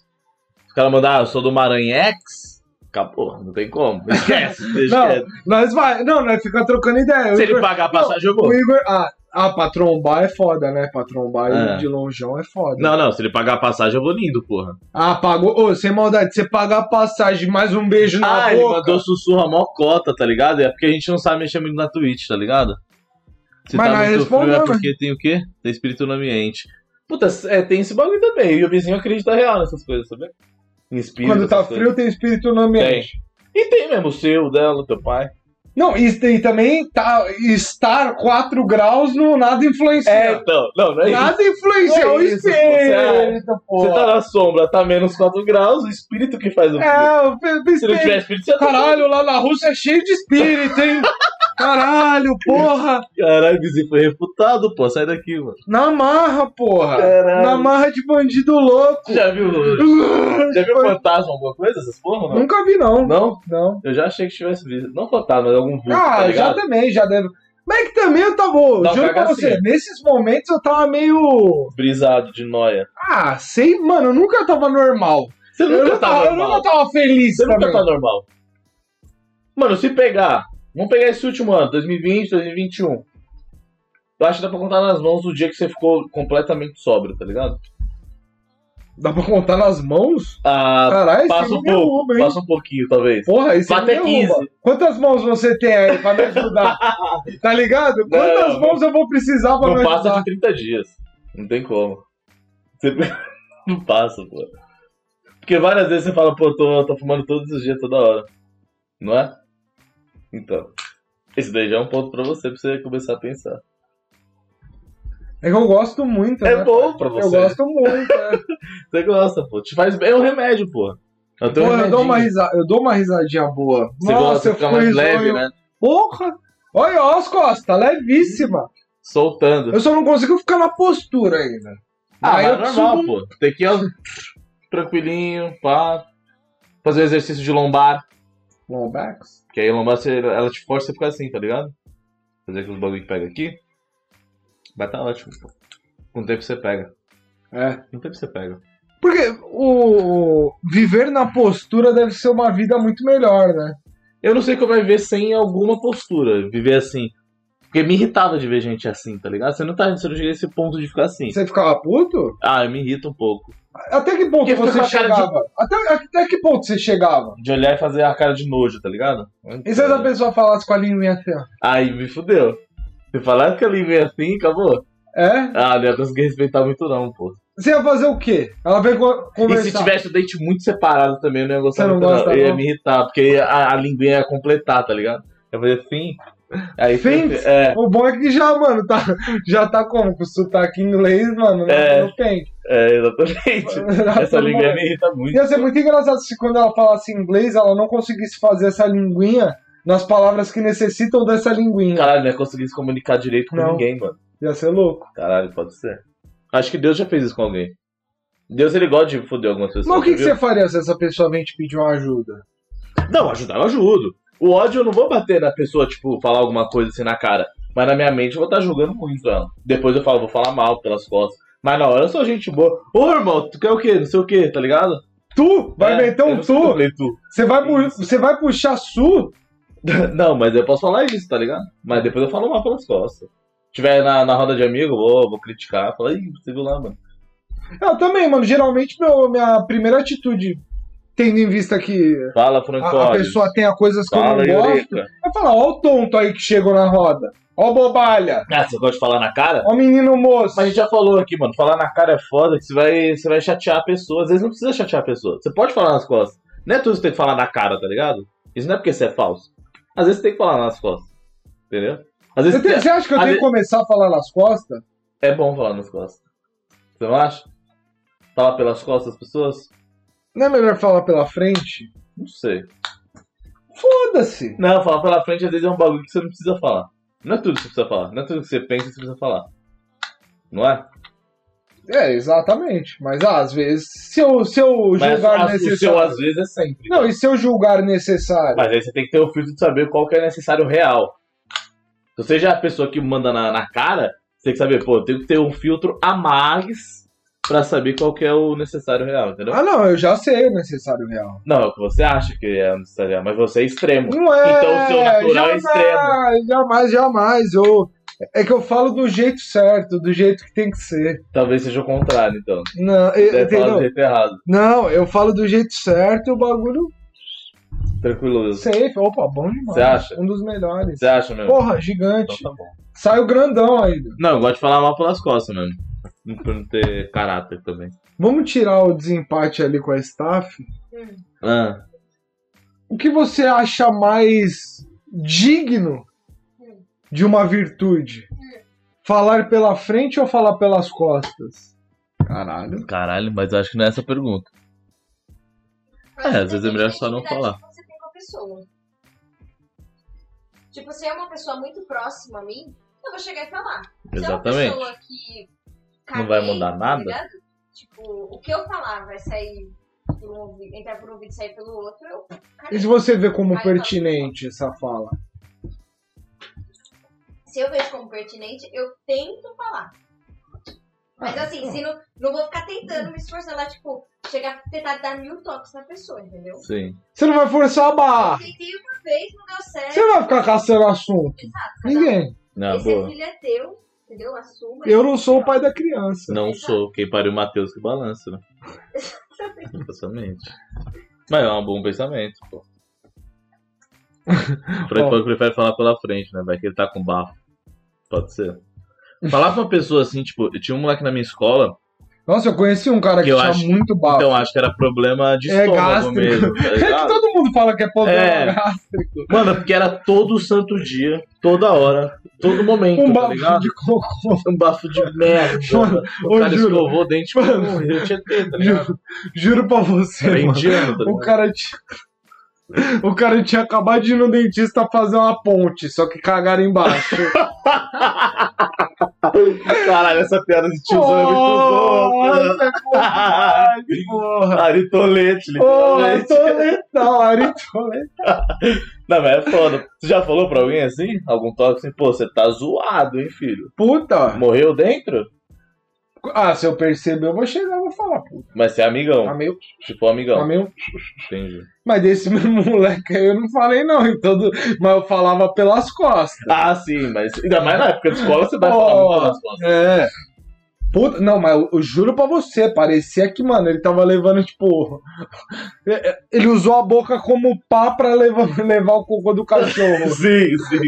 S1: Os caras mandar, ah, eu sou do Maranhex. Acabou, não tem como. Esquece. esquece.
S2: Nós vai. Não, nós fica trocando ideia. O
S1: se ele
S2: Igor,
S1: pagar a passagem, eu
S2: o
S1: vou.
S2: Igor. Ah, ah, pra trombar é foda, né? Pra trombar
S1: É.
S2: de longeão é foda.
S1: Não, não, se ele pagar a passagem, eu vou lindo, porra.
S2: Ah, pagou. Ô, sem maldade, você pagar a passagem mais um beijo na
S1: Ah,
S2: boca.
S1: ele mandou sussurro a mó cota, tá ligado? É porque a gente não sabe mexer muito na Twitch, tá ligado? Se
S2: Mas
S1: tá
S2: nós
S1: muito frio é
S2: respondemos.
S1: porque tem o quê? Tem espírito no ambiente. Puta, é, tem esse bagulho também. E o vizinho acredita real nessas coisas, sabe? Em espírito.
S2: Quando tá
S1: essas coisas.
S2: frio, tem espírito no ambiente.
S1: E tem mesmo o seu, o dela, o teu pai.
S2: Não, e, e também tá, estar 4 graus não nada influencia.
S1: É, então. Não, não é isso.
S2: nada influencia, é
S1: Não
S2: o
S1: é isso,
S2: espírito, pô.
S1: Você tá na sombra, tá menos 4 graus, o espírito que faz o frio.
S2: É, o pe-
S1: Se não
S2: espírito.
S1: tiver espírito, você tá.
S2: Caralho, lá na Rússia é cheio de espírito, hein? Caralho, porra!
S1: Caralho, o vizinho foi refutado, pô. Sai daqui, mano.
S2: Na marra, porra!
S1: Caralho.
S2: Na marra de bandido louco!
S1: Já viu, já viu fantasma, alguma coisa? Essas porra, não?
S2: Nunca vi, não.
S1: Não?
S2: Não.
S1: Eu já achei que tivesse visto. Não fantasma, mas algum vulto,
S2: Ah,
S1: tá
S2: já
S1: ligado?
S2: também, já deve. Mas é que também eu tava. eu
S1: Dá um
S2: juro pra
S1: cagacinho.
S2: você, nesses momentos eu tava meio.
S1: Brisado de noia.
S2: Ah, sei, mano, eu nunca tava normal.
S1: Você
S2: Eu,
S1: nunca
S2: não
S1: tá
S2: tava, eu
S1: normal.
S2: nunca tava feliz
S1: Você nunca
S2: também.
S1: tá normal. Mano, se pegar. Vamos pegar esse último ano, 2020, 2021. Eu acho que dá pra contar nas mãos o dia que você ficou completamente sóbrio, tá ligado?
S2: Dá pra contar nas mãos?
S1: Ah,
S2: Caralho,
S1: passa
S2: você
S1: um
S2: me
S1: pouco.
S2: derruba, hein?
S1: Passa um pouquinho, talvez.
S2: Porra, isso
S1: Bate
S2: é 15.
S1: 15.
S2: Quantas mãos você tem aí pra me ajudar? tá ligado? Quantas
S1: Não,
S2: mãos eu vou precisar pra
S1: Não
S2: me
S1: passa
S2: ajudar?
S1: de 30 dias. Não tem como. Você... Não passa, pô. Porque várias vezes você fala, pô, tô, tô fumando todos os dias, toda hora. Não é? Então. Esse daí já é um ponto pra você, pra você começar a pensar.
S2: É que eu gosto muito,
S1: É
S2: né?
S1: bom pra
S2: Eu
S1: você.
S2: gosto muito, né?
S1: Você gosta, pô. Te faz bem. É um remédio, pô. Eu,
S2: Pô,
S1: tenho um
S2: eu, dou
S1: remedinho.
S2: uma risa... eu dou uma risadinha boa.
S1: Você
S2: Nossa,
S1: gosta,
S2: eu
S1: fica
S2: fico
S1: mais
S2: risonho.
S1: leve, né?
S2: Porra! Olha, ó as costas, levíssima.
S1: Soltando.
S2: Eu só não consigo ficar na postura ainda.
S1: Ah, mas
S2: Aí
S1: é
S2: eu
S1: normal,
S2: preciso-
S1: pô. Tem que ir ó, tranquilinho, pá. Fazer um exercício de lombar.
S2: Bom, Max.
S1: Que aí a lombar, você, ela te força a ficar assim, tá ligado? Fazer aqueles bagulho que pega aqui. Vai tá ótimo, pô. Com o tempo você pega.
S2: É.
S1: Com o tempo você pega.
S2: Porque o viver na postura deve ser uma vida muito melhor, né?
S1: Eu não sei como é viver sem alguma postura, viver assim. Porque me irritava de ver gente assim, tá ligado? Você não tá, você não chega a esse ponto de ficar assim.
S2: Você ficava puto?
S1: Ah, eu me irrito um pouco.
S2: Até que ponto
S1: Porque fica
S2: você
S1: com a cara de-
S2: chegava? Até, até que ponto você chegava?
S1: De olhar e fazer a cara de nojo, tá ligado?
S2: E se essa pessoa falasse com a linguinha assim, ó?
S1: Aí me fudeu. Se falar que ele vem assim, acabou.
S2: É?
S1: Ah, não ia conseguir respeitar muito não, pô.
S2: Você ia fazer o quê? Ela veio co-
S1: E
S2: conversar.
S1: se tivesse o dente muito separado também, eu não ia gostar
S2: Você não
S1: muito, não.
S2: gosta,
S1: Eu ia
S2: não?
S1: me irritar, porque a, a linguinha ia completar, tá ligado? Eu ia fazer assim. Aí
S2: Fim?
S1: sempre- É,
S2: O bom é que já, mano, tá, já tá como? Com sotaque inglês, mano, né?
S1: É.
S2: não tem.
S1: é, exatamente. Essa é linguinha me irrita muito.
S2: Ia ser muito engraçado se quando ela falasse inglês, ela não conseguisse fazer essa linguinha nas palavras que necessitam dessa linguinha.
S1: Caralho, não ia conseguir se comunicar direito com
S2: Não.
S1: ninguém, mano.
S2: Ia ser louco.
S1: Caralho, pode ser. Acho que Deus já fez isso com alguém. Deus, ele gosta de foder algumas pessoas.
S2: Mas o que, que
S1: viu?
S2: você faria se essa pessoa vem te pedir uma ajuda?
S1: Não, ajudar eu ajudo. O ódio eu não vou bater na pessoa, tipo, falar alguma coisa assim na cara. Mas na minha mente eu vou estar julgando muito ela. Depois eu falo, vou falar mal pelas costas. Mas na hora eu sou gente boa. Ô, irmão, tu quer o quê? Não sei o quê, tá ligado?
S2: Tu? Vai
S1: É,
S2: meter
S1: eu
S2: um
S1: não sei se eu
S2: tu?
S1: falei tu.
S2: Você vai, pu-
S1: Isso.
S2: você vai puxar su?
S1: Não, mas eu posso falar isso, tá ligado? Mas depois eu falo mal pelas costas. Se tiver na, na roda de amigo, eu vou, vou criticar. Fala, ih, você viu lá, mano.
S2: Eu também, mano. Geralmente, meu, minha primeira atitude, tendo em vista que
S1: Fala,
S2: a-
S1: Franco.
S2: a, pessoa tenha coisas que
S1: Fala,
S2: eu não gosto,
S1: Eureka.
S2: é falar, ó o tonto aí que chegou na roda. Ó o bobalha.
S1: Ah, você gosta de falar na cara?
S2: Ó o menino moço.
S1: Mas a gente já falou aqui, mano. Falar na cara é foda, que você vai, você vai chatear a pessoa. Às vezes não precisa chatear a pessoa. Você pode falar nas costas. Não é tudo que você tem que falar na cara, tá ligado? Isso não é porque você é falso. Às vezes você tem que falar nas costas. Entendeu? Às
S2: Você,
S1: vezes
S2: tem- você acha que eu
S1: às
S2: tenho que
S1: ve-
S2: começar a falar nas costas?
S1: é bom falar nas costas. Você não acha? Falar pelas costas das pessoas?
S2: Não é melhor falar pela frente?
S1: Não sei.
S2: Foda-se.
S1: Não, falar pela frente às vezes é um bagulho que você não precisa falar. Não é tudo que você precisa falar. Não é tudo que você pensa que você precisa falar. Não é?
S2: É, exatamente. Mas ah, às vezes, se eu, se eu
S1: Mas
S2: julgar
S1: a- o seu
S2: necessário.
S1: às vezes é sempre.
S2: Não, e se eu julgar necessário?
S1: Mas aí você tem que ter o filtro de saber qual que é necessário real. Se você já é a pessoa que manda na, na cara, você tem que saber, pô, eu tenho que ter um filtro a mais pra saber qual que é o necessário real, entendeu?
S2: Ah, não, eu já sei o necessário real.
S1: Não, é o que você acha que é o necessário real, mas você é extremo.
S2: Não é.
S1: Então o seu natural é
S2: jamais, jamais, jamais. Eu, é que eu falo do jeito certo, do jeito que tem que ser.
S1: Talvez seja o contrário, então.
S2: Não,
S1: Você Deve
S2: eu-
S1: falar do
S2: entendeu?
S1: jeito errado.
S2: Não, eu falo do jeito certo e o bagulho
S1: Tranquilo, Wilson.
S2: safe. Opa, bom demais.
S1: Você acha?
S2: Um dos melhores.
S1: Você acha mesmo?
S2: Porra,
S1: Então
S2: gigante.
S1: tá bom.
S2: Saiu grandão ainda.
S1: Não, eu gosto de falar mal pelas costas mesmo. Pra não ter caráter também.
S2: Vamos tirar o desempate ali com a staff.
S3: Hum.
S1: Ah,
S2: O que você acha mais digno de uma virtude? Falar pela frente ou falar pelas costas? Caralho.
S1: caralho, mas eu acho que não é essa a pergunta. É, às vezes é melhor só não
S3: Intimidade que Você tem com a pessoa. Tipo, se é uma pessoa muito próxima a mim, eu vou chegar e falar. Se é
S1: Exatamente.
S3: uma pessoa que
S1: Não vai
S3: caguei,
S1: mudar
S3: tá
S1: nada?
S3: ligado? tipo, o que eu falar vai sair por um ouvido, entrar por um ouvido e sair pelo outro, eu
S2: E
S3: caguei.
S2: se você vê como
S3: Aí,
S2: pertinente essa fala?
S3: Se eu vejo como pertinente, eu tento falar.
S2: Ah,
S3: Mas
S2: então.
S3: assim, se não, não vou ficar tentando, me esforçando lá, tipo, chegar tentar dar mil toques na pessoa, entendeu?
S1: Sim.
S2: Você não vai forçar a barra.
S3: Tentei uma vez, não deu certo.
S2: Você não vai ficar caçando assunto.
S3: Cada
S2: Ninguém.
S1: Não,
S3: Esse
S1: Ah, boa.
S3: filho é teu, entendeu? Assuma.
S2: Eu não sou o pai da criança.
S1: Não sou. Quem pariu o Matheus que balança, né? Exatamente. Mas é um bom pensamento, pô. Frank
S2: Ó.
S1: Frank prefere falar pela frente, né? Vai que ele tá com bafo. Pode ser. Falar pra uma pessoa assim, tipo, eu tinha um moleque na minha escola,
S2: Nossa, eu conheci um cara que,
S1: Que eu
S2: tinha
S1: acho-
S2: muito bafo.
S1: então acho que era problema de
S2: É
S1: estômago
S2: gástrico.
S1: mesmo, tá
S2: é que
S1: ligado?
S2: todo mundo fala que é problema
S1: É.
S2: gástrico.
S1: Mano, porque era todo santo dia, toda hora, todo momento,
S2: Um
S1: tá
S2: bafo
S1: ligado?
S2: de cocô.
S1: Um bafo de merda.
S2: Mano,
S1: o
S2: eu
S1: cara
S2: juro.
S1: escovou o dente com
S2: Mano,
S1: o Rio Tietê, tá ligado?
S2: Juro, juro pra você,
S1: Era
S2: mano.
S1: indiano, tá
S2: O
S1: ligado?
S2: cara tinha. O cara tinha acabado de ir no dentista fazer uma ponte, só que cagaram embaixo.
S1: Caralho, essa piada de tiozão é muito boa. né? mano.
S2: Nossa, porra!
S1: Aritolete,
S2: Porra,
S1: literalmente.
S2: toletal, aritoletal.
S1: Não, mas é foda. Você já falou pra alguém assim? Algum toque assim? Pô, você tá zoado, hein, filho?
S2: Puta!
S1: Morreu dentro?
S2: Ah, se eu perceber, eu vou chegar e vou falar, pô,
S1: Mas você é amigão.
S2: tá meio,
S1: Tipo, amigão.
S2: tá meio.
S1: Entendi.
S2: Mas desse meu moleque aí eu não falei, não. Então, do- mas eu falava pelas costas.
S1: Ah, sim, mas ainda mais na época de escola você vai falar muito
S2: Ó,
S1: nas costas.
S2: é. Puta, não, mas eu, eu juro pra você, parecia que, mano, ele tava levando, tipo. é, Ele usou a boca como pá pra levar, levar o cocô do cachorro.
S1: Sim, sim.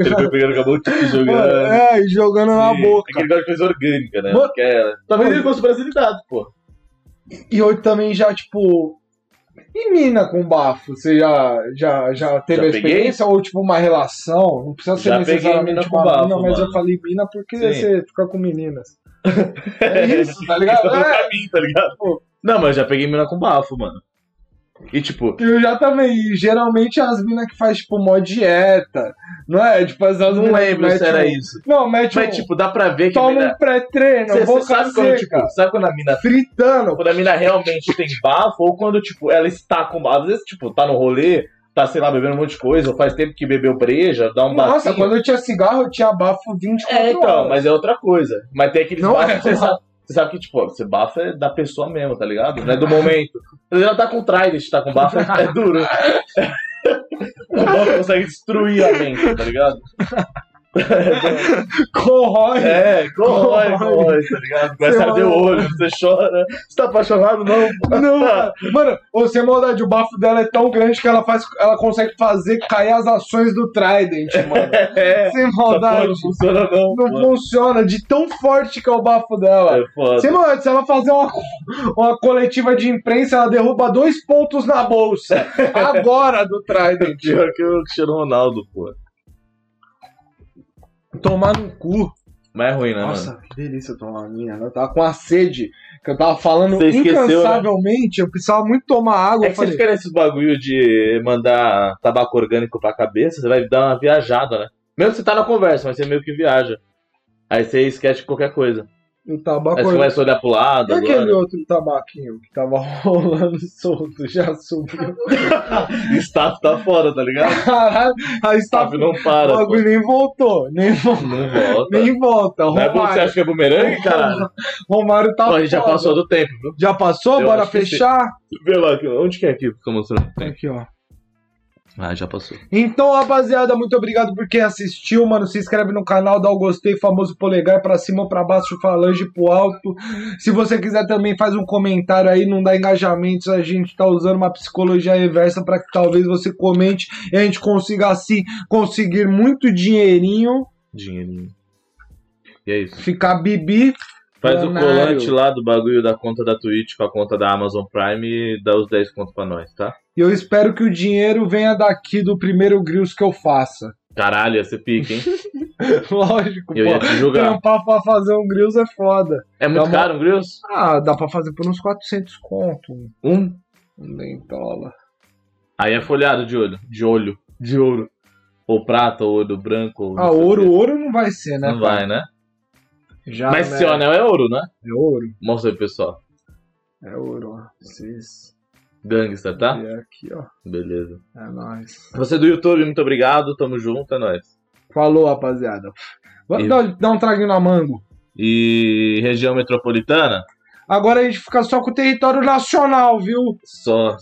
S1: Ele foi pegando, acabou tipo, jogando.
S2: Tá É, e jogando na
S1: Sim.
S2: boca.
S1: É que ele gosta de coisa orgânica, né?
S2: Mano-
S1: Porque é- Talvez ele fosse facilitado, pô.
S2: E eu também já, tipo. E mina com bafo? Você já, já, já teve
S1: Já
S2: a experiência? Ou, tipo, uma relação? Não precisa ser
S1: Já peguei
S2: necessariamente
S1: mina com
S2: uma
S1: bafo,
S2: mina, mas
S1: mano.
S2: eu falei mina porque
S1: Sim.
S2: você fica com meninas. É isso, tá ligado?
S1: Tá no
S2: É,
S1: caminho, tá ligado?
S2: Pô.
S1: Não, mas eu já peguei mina com bafo, mano. E tipo,
S2: eu já também. E geralmente é as minas que faz, tipo, mó dieta. Não é? Tipo, as
S1: eu não lembro se era isso.
S2: Não, mete um.
S1: Mas tipo, dá pra ver que a
S2: toma
S1: mina.
S2: um assim, pré-treino,
S1: Você
S2: boca
S1: sabe quando,
S2: seca,
S1: tipo, sabe quando a mina.
S2: fritando.
S1: Quando a mina realmente tem bafo, ou quando, tipo, ela está com bafo. Às vezes, tipo, tá no rolê, tá, sei lá, bebendo um monte de coisa, ou faz tempo que bebeu breja, dá um
S2: Nossa,
S1: bafinho.
S2: quando eu tinha cigarro, eu tinha bafo 24
S1: É, então,
S2: horas.
S1: mas é outra coisa. Mas tem aqueles
S2: Não
S1: bafos
S2: é.
S1: que você sabe, você sabe que, tipo, você bafa é da pessoa mesmo, tá ligado? Não é do momento. Às vezes Ela tá com trident, tá com bafo, é duro. O bafo consegue destruir a mente, tá ligado?
S2: Corrói.
S1: É, corrói, corrói, tá ligado? Começa a arder o olho, você chora. Você tá apaixonado, não?
S2: Não, mano. mano, ô, sem maldade, o bafo dela é tão grande que ela, faz, ela consegue fazer cair as ações do Trident, mano.
S1: É,
S2: sem
S1: essa porra
S2: maldade.
S1: não funciona não,
S2: Não
S1: mano.
S2: funciona de tão forte que é o bafo dela.
S1: É foda.
S2: Sem maldade, se ela fazer uma, uma coletiva de imprensa, ela derruba dois pontos na bolsa. Agora do Trident.
S1: Pior que o Cristiano Ronaldo, pô.
S2: Tomar no cu.
S1: Mas é ruim, né, mano?
S2: Nossa, que delícia tomar a minha. né? Eu tava com a sede, que eu tava falando
S1: Você esqueceu, né?
S2: incansavelmente. Eu precisava muito tomar água.
S1: É
S2: eu
S1: que você
S2: falei,
S1: fica nesses bagulho de mandar tabaco orgânico pra cabeça, você vai dar uma viajada, né? Mesmo que você tá na conversa, mas você meio que viaja. Aí você esquece de qualquer coisa.
S2: o tabaco... é
S1: Aí você começa a olhar pro lado.
S2: E aquele
S1: agora.
S2: outro tabaquinho que tava rolando solto, já subiu.
S1: Staff tá fora, tá ligado?
S2: Caralho,
S1: Staff
S2: a estafa
S1: não
S2: o
S1: para. pô.
S2: bagulho nem voltou, nem, vo-
S1: Não volta.
S2: nem volta.
S1: Não é bom que você
S2: Romário,
S1: acha que é bumerangue, caralho?
S2: Romário tá
S1: Pô, a gente já
S2: foda.
S1: passou do tempo, viu?
S2: Já passou?
S1: Eu
S2: Bora
S1: acho que sim.
S2: fechar?
S1: Vê lá, aqui, onde que é aqui que eu tô mostrando? Tem.
S2: Aqui, ó.
S1: Ah, já passou.
S2: Então, rapaziada, muito obrigado por quem assistiu, mano. Se inscreve no canal, dá o gostei, famoso polegar pra cima ou pra baixo, falange pro alto. Se você quiser também, faz um comentário aí, não dá engajamentos. A gente tá usando uma psicologia reversa pra que talvez você comente e a gente consiga, assim, conseguir muito dinheirinho,
S1: Dinheirinho. E é isso.
S2: ficar bibi.
S1: Faz o
S2: Leonardo.
S1: colante lá do bagulho da conta da Twitch com a conta da Amazon Prime e dá os 10 conto pra nós, tá?
S2: E eu espero que o dinheiro venha daqui do primeiro grills que eu faça.
S1: Caralho, ia ser pique, hein?
S2: Lógico,
S1: Eu ia
S2: pô.
S1: te julgar.
S2: Trampar pra fazer um grills é foda.
S1: É muito
S2: Tá bom.
S1: caro um grills?
S2: Ah, dá pra fazer por uns 400 conto.
S1: Um.
S2: Lentola.
S1: Aí é folhado de olho. De olho. De ouro. Ou prata, ou ouro branco. ou
S2: Ah,
S1: não sei o
S2: ouro,
S1: quê.
S2: ouro não vai ser, né?
S1: Não vai, né?
S2: Já,
S1: Mas
S2: né?
S1: seu anel é ouro, né?
S2: É ouro.
S1: Mostra aí, pessoal.
S2: É ouro, ó. Vocês.
S1: Gangster, tá?
S2: E aqui, ó.
S1: Beleza.
S2: É nóis.
S1: Você do YouTube, muito obrigado. Tamo junto, é nóis.
S2: Falou, rapaziada. Vamos
S1: E-
S2: dar, dar um traguinho na mango.
S1: E região metropolitana?
S2: Agora a gente fica só com o território nacional, viu?
S1: Só